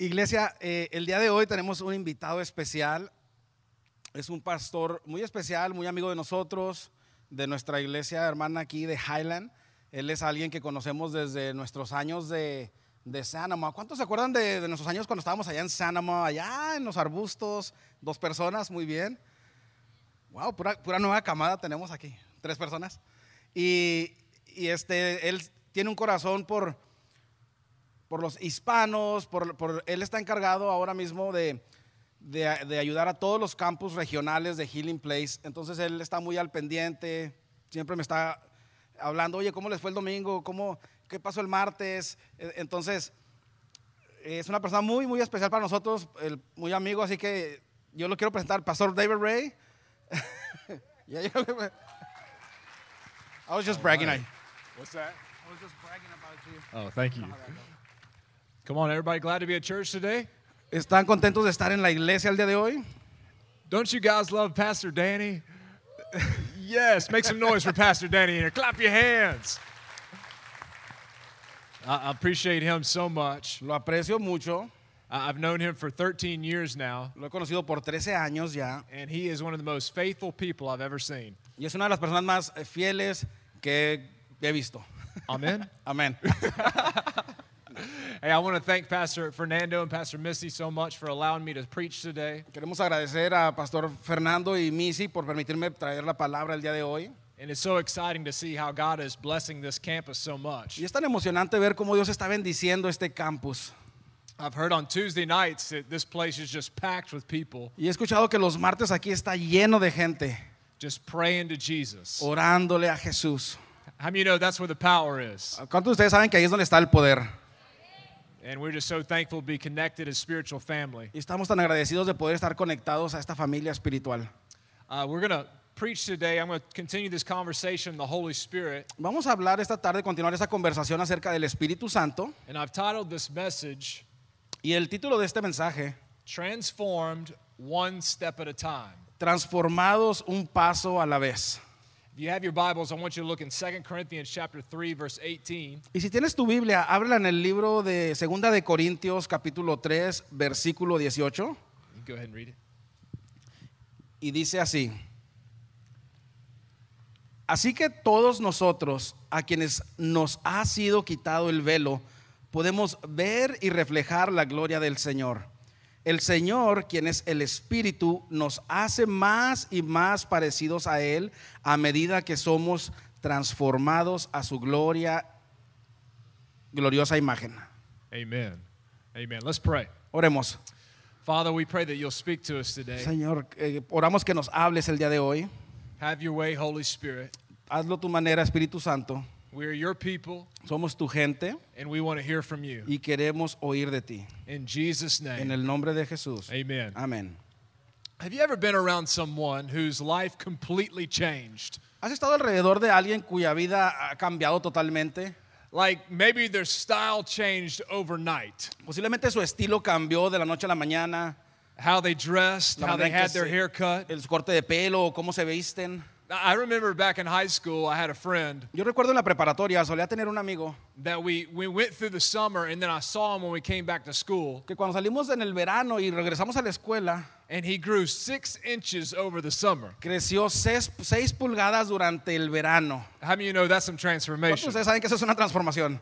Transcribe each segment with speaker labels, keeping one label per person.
Speaker 1: Iglesia, eh, el día de hoy tenemos un invitado especial. Es un pastor muy especial, muy amigo de nosotros, de nuestra iglesia hermana aquí de Highland. Él es alguien que conocemos desde nuestros años de, de Sanama. ¿Cuántos se acuerdan de, de nuestros años cuando estábamos allá en Sanama, allá en los arbustos? Dos personas, muy bien. Wow, pura, pura nueva camada tenemos aquí, tres personas. Y, y este, él tiene un corazón por, por los hispanos, por, por- él está encargado ahora mismo de, de- de ayudar a todos los campus regionales de Healing Place. Entonces él está muy al pendiente, siempre me está hablando, oye, ¿cómo les fue el domingo? ¿Cómo, ¿Qué pasó el martes? Eh, Entonces, es una persona muy, muy especial para nosotros, el- muy amigo, así que yo lo quiero presentar, Pastor David Ray. Ya llegó. I was just bragging. I-
Speaker 2: What's that? Oh, thank you. Come on, everybody. Glad to be at church today.
Speaker 1: ¿Están contentos de estar en la iglesia el día de hoy?
Speaker 2: Don't you guys love Pastor Danny? yes, make some noise for Pastor Danny here. Clap your hands. I I appreciate him so much.
Speaker 1: Lo aprecio mucho.
Speaker 2: I- I've known him for 13 years now,
Speaker 1: Lo he conocido por 13 años ya
Speaker 2: and he is one of the most faithful people I've ever seen.
Speaker 1: y es una de las personas más eh, fieles que he visto.
Speaker 2: Amen.
Speaker 1: Amén.
Speaker 2: hey, I want to thank Pastor Fernando and Pastor Missy so much for allowing me to preach today.
Speaker 1: Queremos agradecer a Pastor Fernando y Missy por permitirme traer la palabra el día de hoy.
Speaker 2: And it's so exciting to see how God is blessing this campus so much.
Speaker 1: Y es tan emocionante ver cómo Dios está bendiciendo este campus.
Speaker 2: I've heard on Tuesday nights that this place is just packed with people
Speaker 1: Y he escuchado que los martes aquí está lleno de gente
Speaker 2: just praying to Jesus.
Speaker 1: orándole a Jesús.
Speaker 2: How many of you know that's where the power is?
Speaker 1: ¿Cuántos de ustedes saben que ahí es donde está el poder?
Speaker 2: And we're just so thankful to be connected as spiritual family.
Speaker 1: Y estamos tan agradecidos de poder estar conectados a esta familia espiritual.
Speaker 2: Uh, we're going to preach today. I'm going to continue this conversation, the Holy Spirit.
Speaker 1: Vamos a hablar esta tarde, continuar esta conversación acerca del Espíritu Santo.
Speaker 2: And I've titled this message,
Speaker 1: Y el título de este mensaje,
Speaker 2: Transformed One Step at a Time.
Speaker 1: transformados un paso a la vez.
Speaker 2: If you have your Bibles, I want you to look in 2 Corinthians chapter 3, verse 18.
Speaker 1: Y si tienes tu Biblia, ábrela en el libro de Segunda de Corintios capítulo 3, versículo 18
Speaker 2: You can go ahead and read it.
Speaker 1: y dice así: Así que todos nosotros, a quienes nos ha sido quitado el velo, podemos ver y reflejar la gloria del Señor. El Señor, quien es el Espíritu, nos hace más y más parecidos a Él a medida que somos transformados a su gloria, gloriosa imagen.
Speaker 2: Amen. Amen. Let's pray.
Speaker 1: Oremos.
Speaker 2: Father, we pray that you'll speak to us today.
Speaker 1: Señor, eh, oramos que nos hables el día de hoy.
Speaker 2: Have your way, Holy Spirit.
Speaker 1: Hazlo tu manera, Espíritu Santo.
Speaker 2: We are your people,
Speaker 1: Somos tu gente.
Speaker 2: and we want to hear from you.
Speaker 1: y queremos oír de ti.
Speaker 2: In Jesus'
Speaker 1: En
Speaker 2: name.
Speaker 1: el nombre de Jesús.
Speaker 2: Amen.
Speaker 1: Amén.
Speaker 2: Have you ever been around someone whose life completely changed?
Speaker 1: ¿Has estado alrededor de alguien cuya vida ha cambiado totalmente?
Speaker 2: Like maybe their style changed overnight.
Speaker 1: Posiblemente su estilo cambió de la noche a la mañana,
Speaker 2: How they dressed,
Speaker 1: La manera
Speaker 2: how they
Speaker 1: en que
Speaker 2: had their
Speaker 1: se-
Speaker 2: haircut.
Speaker 1: el corte de pelo o cómo se visten.
Speaker 2: I I remember back in high school, I had a friend
Speaker 1: Yo recuerdo en la preparatoria, solía tener un amigo
Speaker 2: that we, we went through the summer, and then I saw him when we came back to school,
Speaker 1: que cuando salimos en el verano y regresamos a la escuela,
Speaker 2: and he grew six inches over the summer.
Speaker 1: creció 6 pulgadas durante el verano.
Speaker 2: How many of you know that's some
Speaker 1: ¿Cuántos de
Speaker 2: transformation?
Speaker 1: ustedes saben que eso es una transformación?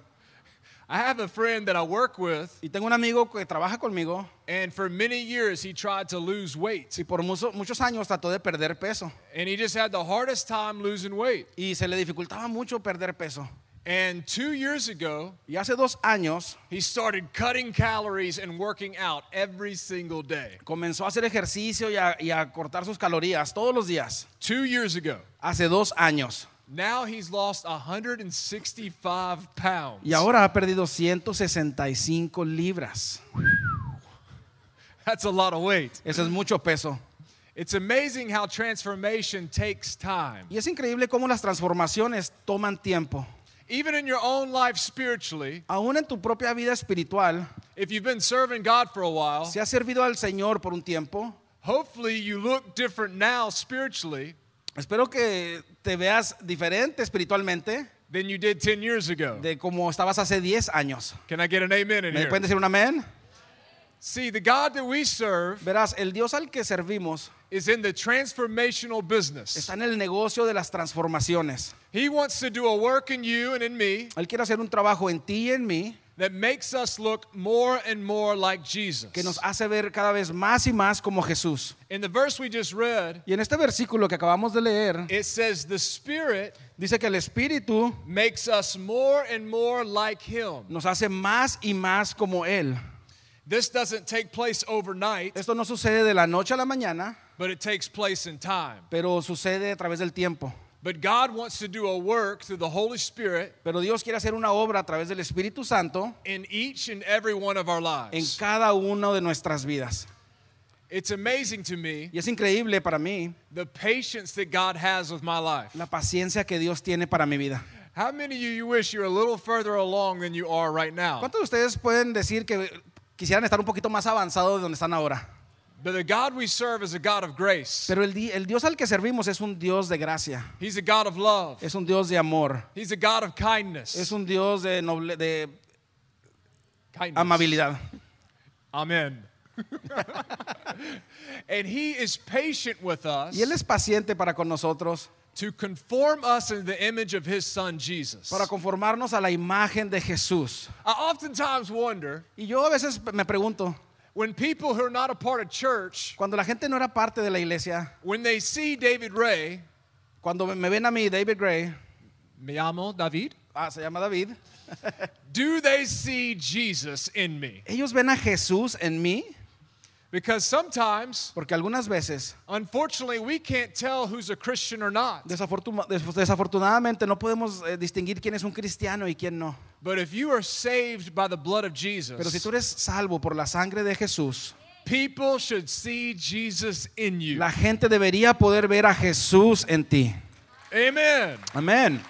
Speaker 2: I have a friend that I work with
Speaker 1: Y tengo un amigo que trabaja conmigo
Speaker 2: And for many years, he tried to lose weight.
Speaker 1: y por mucho- muchos años trató de perder peso.
Speaker 2: And he just had the hardest time losing weight.
Speaker 1: y se le dificultaba mucho perder peso.
Speaker 2: And two years ago,
Speaker 1: Y hace dos años
Speaker 2: he started cutting calories and working out every single day.
Speaker 1: comenzó a hacer ejercicio y a, y a cortar sus calorías todos los días.
Speaker 2: Two years ago.
Speaker 1: Hace dos años.
Speaker 2: Now he's lost 165 pounds.
Speaker 1: Y ahora ha perdido 165 libras.
Speaker 2: That's a lot of weight.
Speaker 1: Eso es mucho peso.
Speaker 2: It's amazing how transformation takes time.
Speaker 1: Y es increíble cómo las transformaciones toman tiempo.
Speaker 2: Even in your own life spiritually,
Speaker 1: Aún en tu propia vida espiritual,
Speaker 2: if you've been serving God for a while,
Speaker 1: si has servido al Señor por un tiempo,
Speaker 2: hopefully you look different now spiritually
Speaker 1: espero que te veas diferente espiritualmente
Speaker 2: than you did 10 years ago.
Speaker 1: de como estabas hace 10 años.
Speaker 2: Can I get an amen in
Speaker 1: ¿Me
Speaker 2: here?
Speaker 1: pueden decir un amén?
Speaker 2: See, the God that we serve
Speaker 1: Verás, el Dios al que servimos
Speaker 2: is in the transformational business.
Speaker 1: está en el negocio de las transformaciones.
Speaker 2: He wants to do a work in you and in me
Speaker 1: Él quiere hacer un trabajo en ti y en mí
Speaker 2: that makes us look more and more like Jesus.
Speaker 1: que nos hace ver cada vez más y más como Jesús.
Speaker 2: In the verse we just read,
Speaker 1: Y en este versículo que acabamos de leer,
Speaker 2: it says, The Spirit
Speaker 1: dice que el Espíritu
Speaker 2: makes us more and more like Him.
Speaker 1: nos hace más y más como Él.
Speaker 2: This doesn't take place overnight,
Speaker 1: Esto no sucede de la noche a la mañana,
Speaker 2: but it takes place in time.
Speaker 1: pero sucede a través del tiempo.
Speaker 2: But God wants to do a work through the Holy Spirit
Speaker 1: Pero Dios quiere hacer una obra a través del Espíritu Santo
Speaker 2: in each and every one of our
Speaker 1: en
Speaker 2: lives.
Speaker 1: cada una de nuestras vidas.
Speaker 2: It's amazing to me
Speaker 1: Y es increíble para mí
Speaker 2: the patience that God has with my life.
Speaker 1: la paciencia que Dios tiene para mi vida.
Speaker 2: How many of you, you wish you're a little further along than you are right now?
Speaker 1: ¿Cuántos de ustedes pueden decir que quisieran estar un poquito más avanzados de donde están ahora?
Speaker 2: But the God we serve is a God of grace.
Speaker 1: Pero el, di- el Dios al que servimos es un Dios de gracia,
Speaker 2: He's a God of love.
Speaker 1: es un Dios de amor,
Speaker 2: He's a God of kindness.
Speaker 1: es un Dios de, noble- de
Speaker 2: Kindness.
Speaker 1: amabilidad.
Speaker 2: Amen. and he is patient with us
Speaker 1: Y Él es paciente para con nosotros,
Speaker 2: to conform us in the image of his son Jesus.
Speaker 1: para conformarnos a la imagen de Jesús.
Speaker 2: I oftentimes wonder
Speaker 1: Y yo a veces me pregunto,
Speaker 2: when people who are not a part of church,
Speaker 1: cuando la gente no era parte de la iglesia,
Speaker 2: when they see David Ray,
Speaker 1: cuando me- me ven a mí, David Gray,
Speaker 2: me llamo David,
Speaker 1: ah, se llama David,
Speaker 2: do they see Jesus in me?
Speaker 1: ellos ven a Jesús en mí,
Speaker 2: Because sometimes,
Speaker 1: porque algunas veces,
Speaker 2: unfortunately, we can't tell who's a Christian or not.
Speaker 1: desafortuna- des- desafortunadamente, no podemos eh, distinguir quién es un cristiano y quién no.
Speaker 2: But if you are saved by the blood
Speaker 1: Pero
Speaker 2: of
Speaker 1: si
Speaker 2: Jesus,
Speaker 1: tú eres salvo por la sangre de Jesús,
Speaker 2: people should see Jesus in you.
Speaker 1: La gente debería poder ver a Jesús en ti.
Speaker 2: Amen.
Speaker 1: Amén.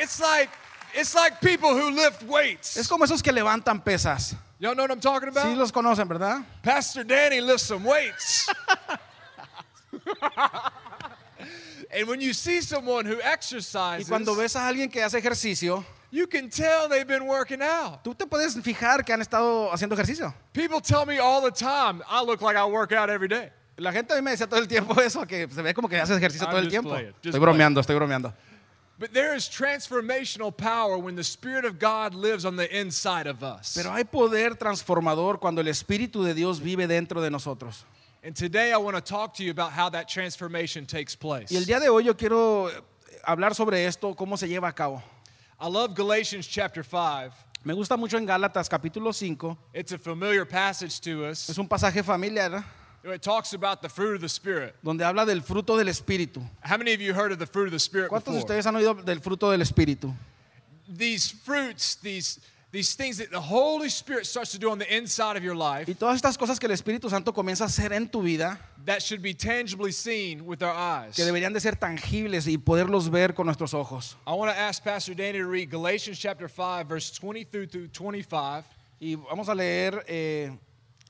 Speaker 2: It's like it's like people who lift
Speaker 1: Es
Speaker 2: weights.
Speaker 1: como esos que levantan pesas.
Speaker 2: Y'all know what I'm talking about?
Speaker 1: Sí los conocen, ¿verdad?
Speaker 2: Pastor Danny lifts some weights. and when you see someone who
Speaker 1: Y
Speaker 2: exercises,
Speaker 1: cuando ves a alguien que hace ejercicio,
Speaker 2: you can tell they've been working out.
Speaker 1: tú te puedes fijar que han estado haciendo ejercicio.
Speaker 2: People tell me all the time, I look like I work out every day.
Speaker 1: La gente a mí me decía todo el tiempo eso, que se ve como que haces ejercicio
Speaker 2: I'm
Speaker 1: todo el
Speaker 2: just
Speaker 1: tiempo.
Speaker 2: playing, just
Speaker 1: Estoy bromeando, estoy bromeando.
Speaker 2: But there is transformational power when the Spirit of God lives on the inside of us.
Speaker 1: Pero hay poder transformador cuando el Espíritu de Dios vive dentro de nosotros.
Speaker 2: And today I want to talk to you about how that transformation takes place.
Speaker 1: Y el día de hoy yo quiero eh, hablar sobre esto, cómo se lleva a cabo.
Speaker 2: I love Galatians chapter 5.
Speaker 1: Me gusta mucho en Gálatas capítulo 5.
Speaker 2: It's a familiar passage to us.
Speaker 1: Es un pasaje familiar
Speaker 2: It talks about the fruit of the Spirit.
Speaker 1: donde habla del fruto del Espíritu.
Speaker 2: How many of you heard of the fruit of the Spirit
Speaker 1: ¿Cuántos de
Speaker 2: before?
Speaker 1: ustedes han oído del fruto del Espíritu?
Speaker 2: These fruits, these these things that the Holy Spirit starts to do on the inside of your life
Speaker 1: Y todas estas cosas que el Espíritu Santo comienza a hacer en tu vida,
Speaker 2: that should be tangibly seen with our eyes.
Speaker 1: que deberían de ser tangibles y poderlos ver con nuestros ojos.
Speaker 2: I want to ask Pastor Danny to read Galatians chapter 5 verse 20 through through 25.
Speaker 1: Y vamos a leer eh,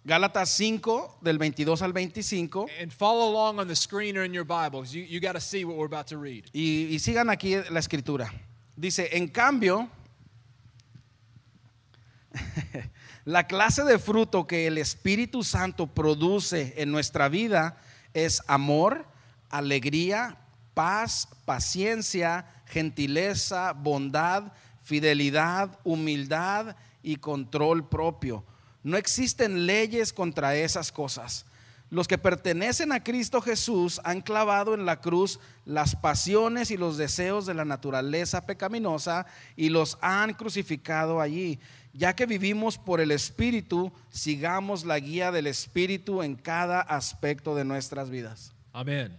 Speaker 1: Gálatas 5, del 22 al 25.
Speaker 2: And follow along on the screen or in your Bibles. You, you got to see what we're about to read.
Speaker 1: Y, y sigan aquí la escritura. Dice, en cambio, la clase de fruto que el Espíritu Santo produce en nuestra vida es amor, alegría, paz, paciencia, gentileza, bondad, fidelidad, humildad y control propio. No existen leyes contra esas cosas. Los que pertenecen a Cristo Jesús han clavado en la cruz las pasiones y los deseos de la naturaleza pecaminosa y los han crucificado allí. Ya que vivimos por el Espíritu, sigamos la guía del Espíritu en cada aspecto de nuestras vidas.
Speaker 2: Amen.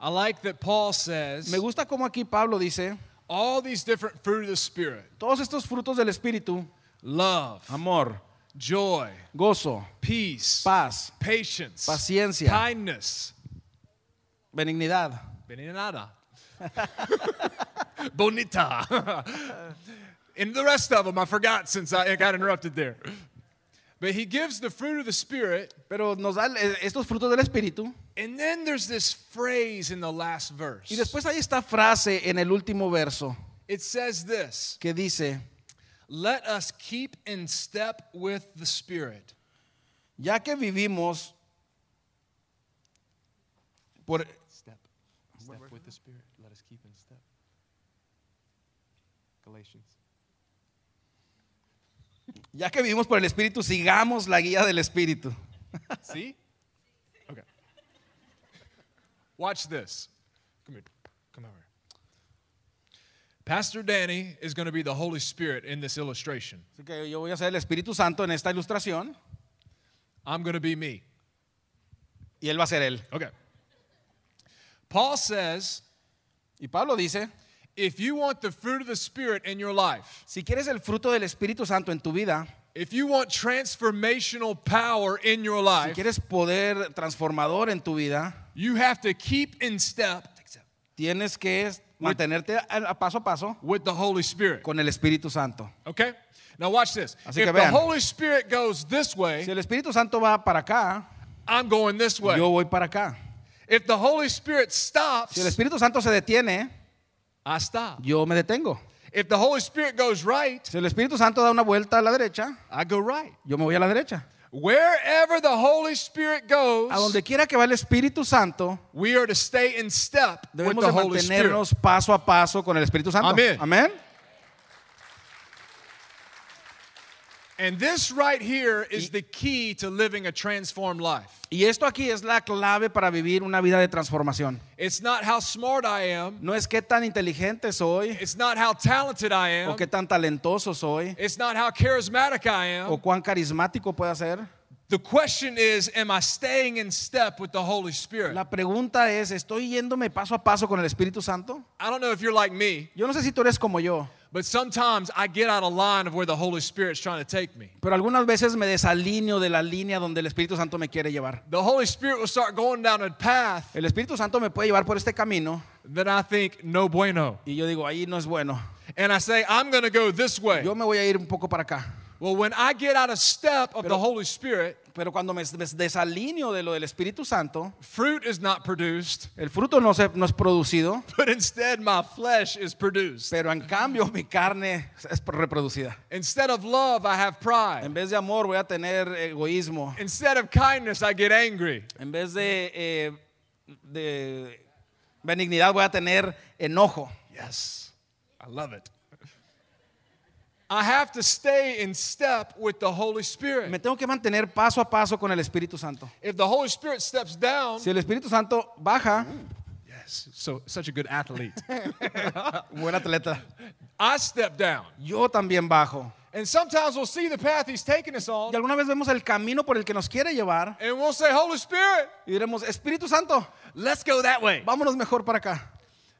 Speaker 2: I like that Paul says
Speaker 1: Me gusta como aquí Pablo dice,
Speaker 2: all these different fruit of the Spirit
Speaker 1: todos estos frutos del Espíritu,
Speaker 2: love,
Speaker 1: amor,
Speaker 2: joy,
Speaker 1: gozo,
Speaker 2: peace,
Speaker 1: paz,
Speaker 2: patience,
Speaker 1: Paciencia.
Speaker 2: kindness,
Speaker 1: benignidad,
Speaker 2: Beninada. Bonita. and the rest of them I forgot since I got interrupted there. But he gives the fruit of the Spirit,
Speaker 1: Pero nos da el- eh, estos frutos del Espíritu.
Speaker 2: and then there's this phrase in the last
Speaker 1: Y
Speaker 2: verse.
Speaker 1: después hay esta frase en el último verso
Speaker 2: It says this
Speaker 1: que dice,
Speaker 2: Let us keep in step with the Spirit.
Speaker 1: ya que vivimos por...
Speaker 3: Step. Step with the Spirit. Let us keep in step. Galatians.
Speaker 1: Ya que vivimos por el Espíritu, sigamos la guía del Espíritu.
Speaker 2: See? Okay. Watch this. Come here. Come over. Pastor Danny is going to be the Holy Spirit in this illustration.
Speaker 1: Así que yo voy a ser el Espíritu Santo en esta ilustración
Speaker 2: I'm going to be me.
Speaker 1: y él va a ser él.
Speaker 2: Okay. Paul says
Speaker 1: Y Pablo dice,
Speaker 2: if you want the fruit of the Spirit in your life,
Speaker 1: si quieres el fruto del Espíritu Santo en tu vida,
Speaker 2: if you want transformational power in your
Speaker 1: si
Speaker 2: life,
Speaker 1: quieres poder transformador en tu vida,
Speaker 2: you have to keep in step
Speaker 1: tienes que mantenerte a- a paso a paso
Speaker 2: with the Holy Spirit.
Speaker 1: con el Espíritu Santo.
Speaker 2: Okay? Now, watch this. If
Speaker 1: Así que
Speaker 2: the
Speaker 1: vean.
Speaker 2: Holy Spirit goes this
Speaker 1: Si
Speaker 2: way,
Speaker 1: el Espíritu Santo va para acá,
Speaker 2: I'm going this way.
Speaker 1: yo voy para acá.
Speaker 2: If the Holy Spirit
Speaker 1: Si el
Speaker 2: stops,
Speaker 1: Espíritu Santo se detiene,
Speaker 2: I stop.
Speaker 1: yo me detengo.
Speaker 2: If the Holy Spirit goes right,
Speaker 1: Si el Espíritu Santo da una vuelta a la derecha,
Speaker 2: I go right.
Speaker 1: yo me voy a la derecha.
Speaker 2: Wherever the Holy Spirit
Speaker 1: A
Speaker 2: goes,
Speaker 1: donde quiera que va el Espíritu Santo,
Speaker 2: we are to stay in step with
Speaker 1: debemos
Speaker 2: the
Speaker 1: de
Speaker 2: Holy Spirit.
Speaker 1: mantenernos paso a paso con el Espíritu Santo.
Speaker 2: Amén.
Speaker 1: Amén.
Speaker 2: And this right here is the key to living a transformed life.
Speaker 1: Y esto aquí es la clave para vivir una vida de transformación.
Speaker 2: It's not how smart I am,
Speaker 1: No es qué tan inteligente soy
Speaker 2: it's not how talented I
Speaker 1: o
Speaker 2: am,
Speaker 1: qué tan talentoso soy
Speaker 2: it's not how charismatic I
Speaker 1: o
Speaker 2: am.
Speaker 1: cuán carismático pueda ser.
Speaker 2: The question is, am I staying in step with the Holy Spirit?
Speaker 1: La pregunta es, ¿estoy yéndome paso a paso con el Espíritu Santo?
Speaker 2: I don't know if you're like me,
Speaker 1: Yo no sé si tú eres como yo,
Speaker 2: but sometimes I get out of line of where the Holy Spirit's trying to take me.
Speaker 1: pero algunas veces me desalineo de la línea donde el Espíritu Santo me quiere llevar.
Speaker 2: The Holy Spirit will start going down a path
Speaker 1: El Espíritu Santo me puede llevar por este camino
Speaker 2: that I think, no bueno.
Speaker 1: y yo digo, ahí no es bueno.
Speaker 2: And I say, I'm going to go this way.
Speaker 1: Yo me voy a ir un poco para acá.
Speaker 2: Well, when I get out of step of the Holy Spirit,
Speaker 1: Pero cuando me me desalineo de lo del Espíritu Santo,
Speaker 2: fruit is not produced,
Speaker 1: el fruto no, se, no es producido,
Speaker 2: but instead my flesh is produced.
Speaker 1: pero en cambio mi carne es reproducida.
Speaker 2: Instead of love, I have
Speaker 1: En
Speaker 2: pride.
Speaker 1: vez de amor voy a tener egoísmo.
Speaker 2: Instead of kindness, I get angry.
Speaker 1: En vez de, eh, de benignidad voy a tener enojo.
Speaker 2: Yes, I love it. I have to stay in step with the Holy
Speaker 1: Me
Speaker 2: Spirit.
Speaker 1: tengo que mantener paso a paso con el Espíritu Santo.
Speaker 2: If the Holy Spirit steps down,
Speaker 1: Si el Espíritu Santo baja,
Speaker 2: yes, so such a good athlete.
Speaker 1: buen atleta,
Speaker 2: I step down.
Speaker 1: yo también bajo.
Speaker 2: And sometimes we'll see the path he's taking us
Speaker 1: Y
Speaker 2: on,
Speaker 1: alguna vez vemos el camino por el que nos quiere llevar
Speaker 2: and we'll say, Holy Spirit,
Speaker 1: y diremos, Espíritu Santo,
Speaker 2: let's go that way.
Speaker 1: vámonos mejor para acá.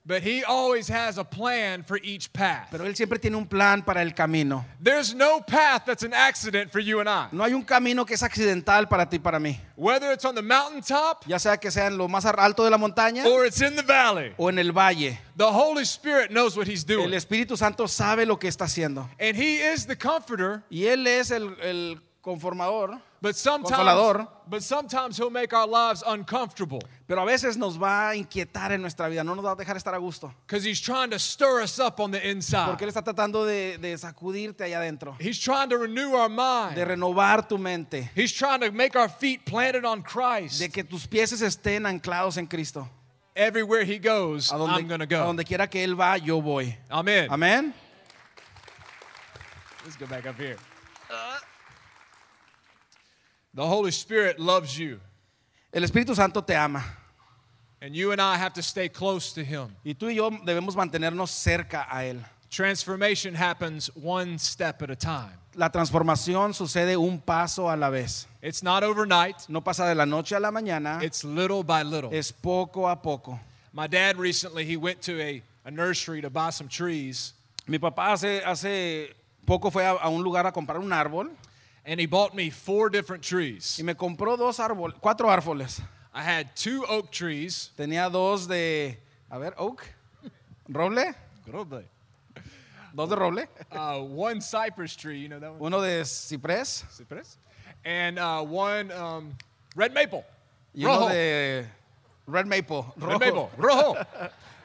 Speaker 2: But he always has a plan for each path.
Speaker 1: Pero Él siempre tiene un plan para el camino.
Speaker 2: There's no path that's an accident for you and I.
Speaker 1: No hay un camino que es accidental para ti y para mí.
Speaker 2: Whether it's on the mountaintop
Speaker 1: Ya sea que sea en lo más alto de la montaña
Speaker 2: or it's in the valley,
Speaker 1: o en el valle.
Speaker 2: the Holy Spirit knows what he's
Speaker 1: El
Speaker 2: doing.
Speaker 1: Espíritu Santo sabe lo que está haciendo.
Speaker 2: And he is the comforter,
Speaker 1: Y Él es el, el conformador,
Speaker 2: but sometimes,
Speaker 1: Consolador.
Speaker 2: but sometimes he'll make our lives uncomfortable
Speaker 1: pero a veces nos va a inquietar en nuestra vida, no nos va a dejar estar a gusto.
Speaker 2: because he's trying to stir us up on the
Speaker 1: Porque Él
Speaker 2: inside.
Speaker 1: está tratando de, de sacudirte allá adentro,
Speaker 2: He's trying to renew our
Speaker 1: de
Speaker 2: mind.
Speaker 1: renovar tu mente,
Speaker 2: He's trying to make our feet planted on Christ.
Speaker 1: de que tus pies estén anclados en Cristo.
Speaker 2: Everywhere he goes,
Speaker 1: A
Speaker 2: I'm going
Speaker 1: donde,
Speaker 2: to
Speaker 1: a
Speaker 2: go.
Speaker 1: donde quiera que Él va, yo voy.
Speaker 2: Amen.
Speaker 1: Amén.
Speaker 2: Let's go back up here. The Holy Spirit loves you,
Speaker 1: El Espíritu Santo te ama.
Speaker 2: and you and I have to stay close to Him.
Speaker 1: Y tú y yo debemos mantenernos cerca a Él.
Speaker 2: Transformation happens one step at a time.
Speaker 1: La transformación sucede un paso a la vez.
Speaker 2: It's not overnight,
Speaker 1: No pasa de la noche a la mañana,
Speaker 2: it's little by little.
Speaker 1: es poco a poco.
Speaker 2: My dad recently, he went to a, a nursery to buy some trees,
Speaker 1: Mi papá hace, hace poco fue a, a un lugar a comprar un árbol
Speaker 2: and he bought me four different trees.
Speaker 1: y me compró dos árboles, cuatro árboles.
Speaker 2: I had two oak trees,
Speaker 1: Tenía dos de, a ver, oak, roble, dos de roble,
Speaker 2: uh, one cypress tree, you know that one?
Speaker 1: uno de ciprés
Speaker 2: Cypress? And uh, one um, red maple.
Speaker 1: y uno
Speaker 2: Rojo.
Speaker 1: de red maple. rojo.
Speaker 2: Red maple. Rojo.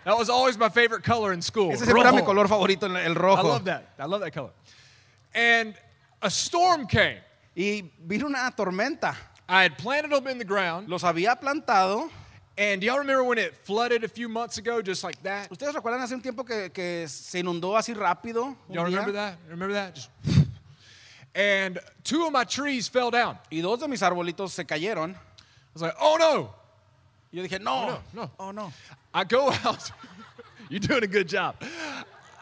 Speaker 2: That was always my favorite color in school.
Speaker 1: Ese siempre era mi
Speaker 2: Rojo.
Speaker 1: color favorito, el- el
Speaker 2: I
Speaker 1: rojo.
Speaker 2: love that. I love that color. And a storm came.
Speaker 1: Y vino una tormenta.
Speaker 2: I had planted them in the ground.
Speaker 1: Los había plantado.
Speaker 2: And do y'all remember when it flooded a few months ago, just like that?
Speaker 1: ¿Ustedes recuerdan hace un tiempo que, que se inundó así rápido? un día?
Speaker 2: Y'all remember that? Remember that? Just and two of my trees fell down. I
Speaker 1: Y dos de mis arbolitos se cayeron.
Speaker 2: was like, oh no.
Speaker 1: Yo dije, no,
Speaker 2: no, no.
Speaker 1: oh no.
Speaker 2: I go out. You're doing a good job.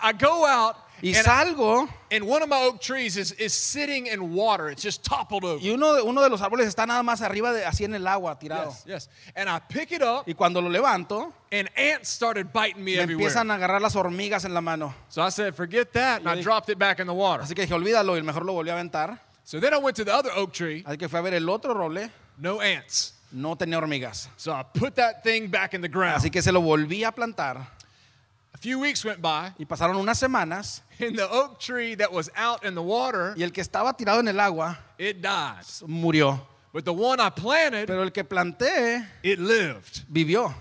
Speaker 2: I go out.
Speaker 1: Y
Speaker 2: and, I-
Speaker 1: salgo
Speaker 2: and one of my oak trees is, is sitting in water. It's just toppled over.
Speaker 1: y uno de, uno de los árboles está nada más arriba, de, así en el agua, tirado.
Speaker 2: yes, yes. And I pick it up,
Speaker 1: Y cuando lo levanto,
Speaker 2: and ants started biting me,
Speaker 1: me
Speaker 2: everywhere.
Speaker 1: empiezan a agarrar las hormigas en la mano.
Speaker 2: So I said, forget that, and
Speaker 1: Yo
Speaker 2: I
Speaker 1: dije-
Speaker 2: dropped it back in the water.
Speaker 1: Así que dije, olvídalo y mejor lo volví a aventar.
Speaker 2: So then I went to the other oak tree,
Speaker 1: Así que fui a ver el otro roble,
Speaker 2: no ants.
Speaker 1: no tenía hormigas.
Speaker 2: So I put that thing back in the ground.
Speaker 1: Así que se lo volví a plantar.
Speaker 2: a few weeks went by,
Speaker 1: Y pasaron unas semanas
Speaker 2: and the oak tree that was out in the water,
Speaker 1: y el que estaba tirado en el agua
Speaker 2: it died.
Speaker 1: murió.
Speaker 2: But the one I planted,
Speaker 1: Pero el que planté
Speaker 2: it lived.
Speaker 1: vivió.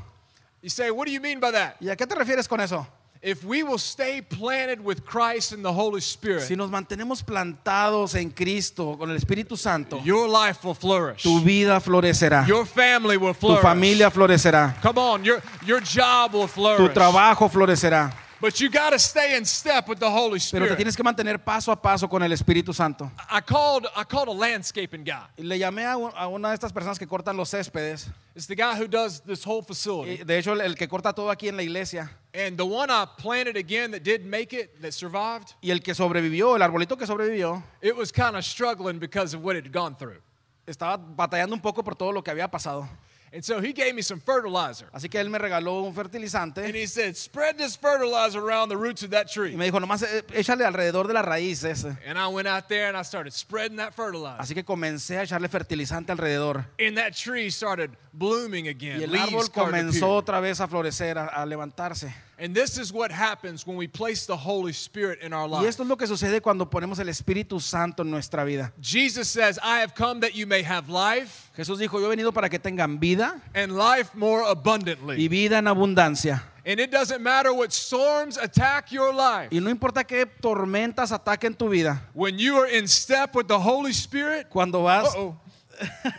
Speaker 2: You say, what do you mean by that?
Speaker 1: ¿Y a qué te refieres con eso?
Speaker 2: If we will stay planted with Christ and the Holy Spirit,
Speaker 1: Si nos mantenemos plantados en Cristo con el Espíritu Santo,
Speaker 2: your life will flourish.
Speaker 1: tu vida florecerá,
Speaker 2: Your family will
Speaker 1: tu
Speaker 2: flourish.
Speaker 1: familia florecerá,
Speaker 2: Come on, your, your job will
Speaker 1: tu
Speaker 2: flourish.
Speaker 1: trabajo florecerá.
Speaker 2: But you got to stay in step with the Holy
Speaker 1: Pero te
Speaker 2: Spirit.
Speaker 1: tienes que mantener paso a paso con el Espíritu Santo.
Speaker 2: I called I called a landscaping guy.
Speaker 1: Y Le llamé a, un- a una de estas personas que cortan los céspedes.
Speaker 2: It's the guy who does this whole facility.
Speaker 1: Y, De hecho, el, el que corta todo aquí en la iglesia.
Speaker 2: And the one I planted again that did make it, that survived,
Speaker 1: Y el que sobrevivió, el arbolito que sobrevivió,
Speaker 2: it was kind of struggling because of what it had gone through.
Speaker 1: estaba batallando un poco por todo lo que había pasado.
Speaker 2: And so he gave me some fertilizer.
Speaker 1: Así que él me regaló un
Speaker 2: And
Speaker 1: fertilizante
Speaker 2: he said, spread this fertilizer around the roots of that
Speaker 1: y
Speaker 2: tree.
Speaker 1: me dijo, nomás eh, échale alrededor de las raíces.
Speaker 2: And I went out there and I started spreading that fertilizer.
Speaker 1: Así que comencé a echarle fertilizante alrededor.
Speaker 2: And that tree started blooming again.
Speaker 1: Y el
Speaker 2: Leaves
Speaker 1: árbol
Speaker 2: started to
Speaker 1: comenzó
Speaker 2: appear.
Speaker 1: otra vez a florecer, a, a levantarse.
Speaker 2: And this is what happens when we place the Holy Spirit in our
Speaker 1: Y
Speaker 2: life.
Speaker 1: esto es lo que sucede cuando ponemos el Espíritu Santo en nuestra vida.
Speaker 2: Jesus says, I have come that you may have life
Speaker 1: Jesús dijo, yo he venido para que tengan vida
Speaker 2: and life more
Speaker 1: y
Speaker 2: abundantly.
Speaker 1: vida en abundancia.
Speaker 2: And it doesn't matter what storms attack your life.
Speaker 1: Y no importa qué tormentas ataquen tu vida,
Speaker 2: When you are in step with the Holy Spirit,
Speaker 1: cuando vas
Speaker 2: uh-oh,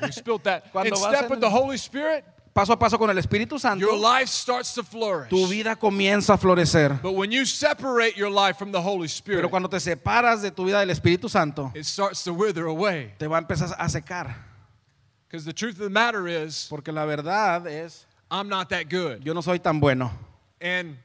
Speaker 2: we spilled that.
Speaker 1: Cuando
Speaker 2: in
Speaker 1: vas
Speaker 2: step
Speaker 1: en
Speaker 2: with
Speaker 1: el-
Speaker 2: the Holy Spirit,
Speaker 1: paso a paso con el Espíritu Santo,
Speaker 2: your life starts to flourish.
Speaker 1: tu vida comienza a florecer.
Speaker 2: But when you separate your life from the
Speaker 1: Pero
Speaker 2: Holy Spirit,
Speaker 1: cuando te separas de tu vida del Espíritu Santo,
Speaker 2: it starts to wither away.
Speaker 1: te va a empezar a secar.
Speaker 2: Because the truth of the matter is,
Speaker 1: Porque la verdad es,
Speaker 2: I'm not that good.
Speaker 1: yo no soy tan bueno.
Speaker 2: And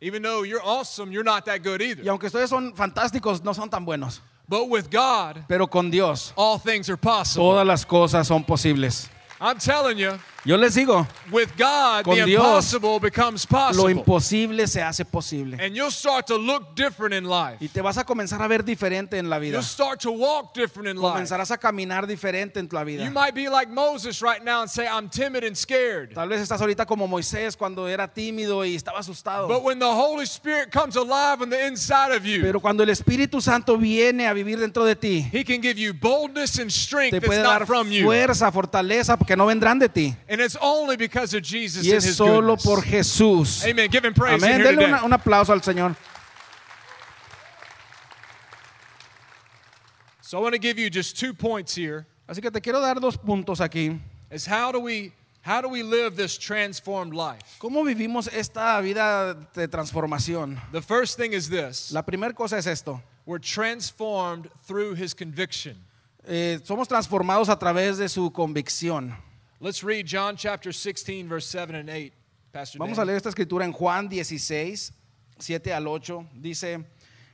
Speaker 2: even though you're awesome, you're not that good
Speaker 1: Y
Speaker 2: either.
Speaker 1: aunque ustedes son fantásticos, no son tan buenos.
Speaker 2: But with God,
Speaker 1: Pero con Dios,
Speaker 2: all things are possible.
Speaker 1: todas las cosas son posibles.
Speaker 2: I'm telling you,
Speaker 1: Yo les digo,
Speaker 2: with God,
Speaker 1: Con
Speaker 2: the
Speaker 1: Dios,
Speaker 2: impossible becomes
Speaker 1: lo
Speaker 2: possible. Eh.
Speaker 1: imposible se hace posible.
Speaker 2: And you'll start to look different in life.
Speaker 1: Y te vas a comenzar a ver diferente en la vida.
Speaker 2: You'll start to walk different in life.
Speaker 1: Comenzarás a caminar diferente en tu
Speaker 2: You
Speaker 1: vida.
Speaker 2: might be like Moses right now and say, I'm timid and scared.
Speaker 1: Tal vez estás ahorita como Moisés cuando era tímido y estaba
Speaker 2: But
Speaker 1: asustado.
Speaker 2: when the Holy Spirit comes alive on the inside of you,
Speaker 1: Pero cuando el Espíritu Santo viene a vivir dentro de ti,
Speaker 2: He can give you boldness and strength
Speaker 1: te
Speaker 2: that's
Speaker 1: puede
Speaker 2: not
Speaker 1: dar
Speaker 2: from you.
Speaker 1: fuerza, fortaleza, porque no vendrán de ti.
Speaker 2: And it's only because of Jesus
Speaker 1: Y
Speaker 2: and
Speaker 1: es
Speaker 2: His
Speaker 1: solo
Speaker 2: goodness.
Speaker 1: por Jesús.
Speaker 2: Amen. Give Him praise in
Speaker 1: Amén.
Speaker 2: here
Speaker 1: Denle
Speaker 2: today.
Speaker 1: una- un aplauso al Señor.
Speaker 2: So I want to give you just two points here.
Speaker 1: Así que te quiero dar dos puntos aquí.
Speaker 2: Is how do we how do we live this transformed life?
Speaker 1: ¿Cómo vivimos esta vida de transformación?
Speaker 2: The first thing is this.
Speaker 1: La primera cosa es esto.
Speaker 2: We're transformed through His conviction.
Speaker 1: Eh, somos transformados a través de su convicción.
Speaker 2: Let's read John chapter 16 verse 7 and 8. Pastor
Speaker 1: Vamos
Speaker 2: Dan.
Speaker 1: a leer esta escritura en Juan 16, 7 al 8. Dice,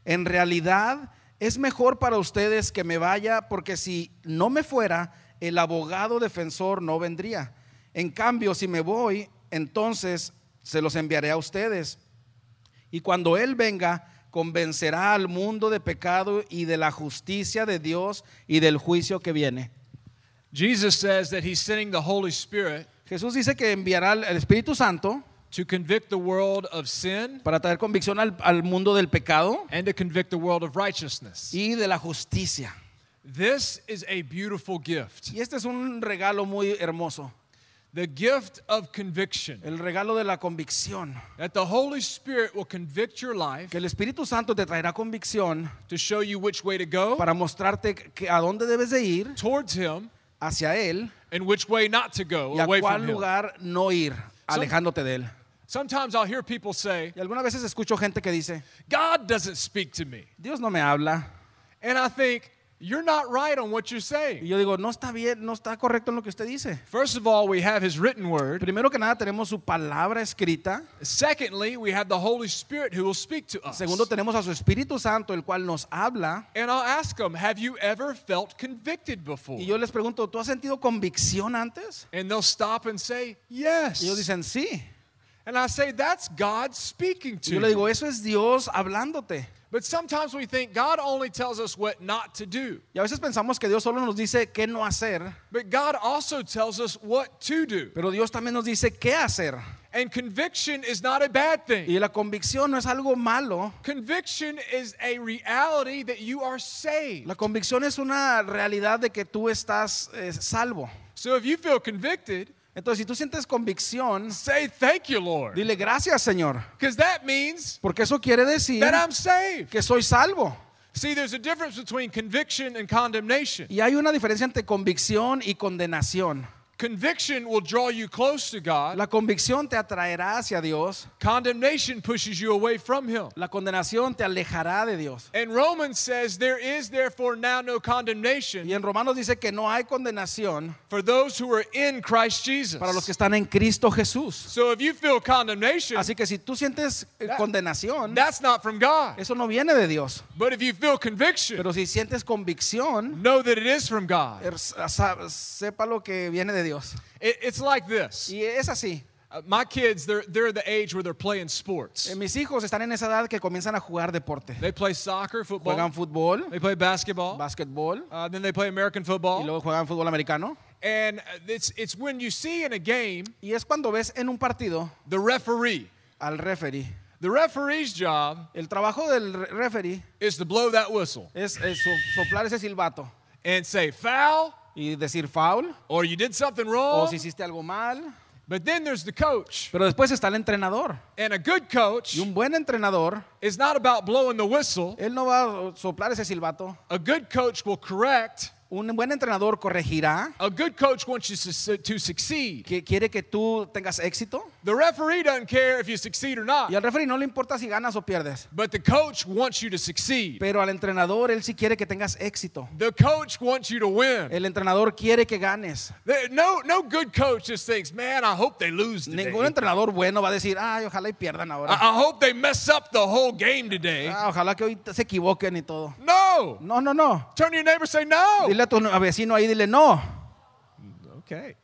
Speaker 1: en realidad es mejor para ustedes que me vaya porque si no me fuera, el abogado defensor no vendría. En cambio, si me voy, entonces se los enviaré a ustedes. Y cuando Él venga, convencerá al mundo de pecado y de la justicia de Dios y del juicio que viene.
Speaker 2: Jesus says that he's sending the Holy Spirit
Speaker 1: Jesús dice que enviará al- el Espíritu Santo
Speaker 2: to convict the world of sin
Speaker 1: para traer convicción al, al mundo del pecado
Speaker 2: and to convict the world of righteousness.
Speaker 1: y de la justicia.
Speaker 2: This is a beautiful gift.
Speaker 1: Y este es un regalo muy hermoso,
Speaker 2: The gift of conviction.
Speaker 1: el regalo de la convicción.
Speaker 2: That the Holy Spirit will convict your life
Speaker 1: Que el Espíritu Santo te traerá convicción
Speaker 2: to show you which way to go
Speaker 1: para mostrarte que- a dónde debes de ir,
Speaker 2: towards him
Speaker 1: hacia Él,
Speaker 2: and which way not to go
Speaker 1: y a
Speaker 2: away from
Speaker 1: cuál
Speaker 2: him.
Speaker 1: lugar no ir, alejándote de Él.
Speaker 2: Sometimes I'll hear people say,
Speaker 1: Y algunas veces escucho gente que dice,
Speaker 2: God doesn't speak to me.
Speaker 1: Dios no me habla.
Speaker 2: And I think, you're not right on what you're
Speaker 1: Y
Speaker 2: saying.
Speaker 1: yo digo, no está bien, no está correcto en lo que usted dice.
Speaker 2: First of all, we have his written word.
Speaker 1: Primero que nada tenemos su palabra escrita.
Speaker 2: Secondly, we have the Holy Spirit who will speak to us.
Speaker 1: Segundo tenemos a su Espíritu Santo, el cual nos habla.
Speaker 2: And I'll ask them, have you ever felt convicted before?
Speaker 1: Y yo les pregunto, ¿tú has sentido convicción antes?
Speaker 2: And they'll stop and say,
Speaker 1: Y ellos
Speaker 2: yes.
Speaker 1: dicen, sí.
Speaker 2: And I say, that's God speaking
Speaker 1: Y
Speaker 2: to
Speaker 1: yo le
Speaker 2: you.
Speaker 1: digo, eso es Dios hablándote.
Speaker 2: But sometimes we think God only tells us what not to do.
Speaker 1: Y a veces pensamos que Dios solo nos dice qué no hacer,
Speaker 2: But God also tells us what to do.
Speaker 1: pero Dios también nos dice qué hacer.
Speaker 2: And conviction is not a bad thing.
Speaker 1: Y la convicción no es algo malo.
Speaker 2: Conviction is a reality that you are saved.
Speaker 1: La convicción es una realidad de que tú estás eh, salvo.
Speaker 2: So if you feel convicted,
Speaker 1: Entonces, si tú sientes convicción,
Speaker 2: say thank you, Lord.
Speaker 1: dile gracias, Señor.
Speaker 2: Because that means
Speaker 1: Porque eso quiere decir
Speaker 2: that I'm saved.
Speaker 1: que soy salvo.
Speaker 2: See, there's a difference between conviction and condemnation.
Speaker 1: Y hay una diferencia entre convicción y condenación.
Speaker 2: Conviction will draw you close to God,
Speaker 1: La convicción te atraerá hacia Dios,
Speaker 2: condemnation pushes you away from Him.
Speaker 1: la condenación te alejará de Dios.
Speaker 2: And Romans says, There is therefore now no
Speaker 1: Y
Speaker 2: condemnation
Speaker 1: en Romanos dice que no hay condenación
Speaker 2: for those who are in Christ
Speaker 1: para los que
Speaker 2: Jesus.
Speaker 1: están en Cristo Jesús.
Speaker 2: So if you feel condemnation,
Speaker 1: Así que si tú sientes eh, condenación,
Speaker 2: that's not from God.
Speaker 1: eso no viene de Dios.
Speaker 2: But if you feel conviction,
Speaker 1: Pero si sientes convicción,
Speaker 2: know that it is from God.
Speaker 1: er, sa- sepa lo que viene de Dios.
Speaker 2: It- it's like this.
Speaker 1: Y es así.
Speaker 2: Uh, My kids, they're, they're the age where they're playing sports.
Speaker 1: Eh, Mis hijos están en esa edad que comienzan a jugar deporte.
Speaker 2: They play soccer, football.
Speaker 1: Juegan fútbol,
Speaker 2: They play basketball.
Speaker 1: básquetbol,
Speaker 2: Uh, then they play American
Speaker 1: y
Speaker 2: football.
Speaker 1: luego juegan fútbol americano.
Speaker 2: And uh, it's, it's when you see in a game
Speaker 1: Y es cuando ves en un partido
Speaker 2: the referee.
Speaker 1: al referee.
Speaker 2: The referee's job
Speaker 1: El trabajo del re- referee
Speaker 2: is to blow that whistle
Speaker 1: es, eh, so- soplar ese silbato
Speaker 2: and say foul
Speaker 1: y decir foul
Speaker 2: or you did something
Speaker 1: o
Speaker 2: wrong.
Speaker 1: Oh, si hiciste algo mal.
Speaker 2: But then there's the coach.
Speaker 1: Pero después está el entrenador.
Speaker 2: And a good coach
Speaker 1: Y un buen entrenador,
Speaker 2: is not about blowing the whistle.
Speaker 1: él no va a soplar ese silbato.
Speaker 2: A good coach will correct.
Speaker 1: Un buen entrenador corregirá,
Speaker 2: A good coach wants you to su- to succeed.
Speaker 1: que quiere que tú tengas éxito.
Speaker 2: The referee doesn't care if you succeed or not,
Speaker 1: Y al referee no le importa si ganas o pierdes.
Speaker 2: but the coach wants you to succeed.
Speaker 1: Pero al entrenador, él sí quiere que tengas éxito.
Speaker 2: The coach wants you to win.
Speaker 1: El entrenador quiere que ganes.
Speaker 2: There- No, no good coach just thinks, man, I hope they lose today.
Speaker 1: Ningún entrenador bueno va a decir, ay, ojalá y pierdan
Speaker 2: I,
Speaker 1: ahora.
Speaker 2: I hope they mess up the whole game today.
Speaker 1: Ah, ojalá que hoy se equivoquen y todo.
Speaker 2: No.
Speaker 1: No, no, no.
Speaker 2: Turn to your neighbor and say, no.
Speaker 1: Dile a tu vecino ahí, dile no.
Speaker 2: Okay.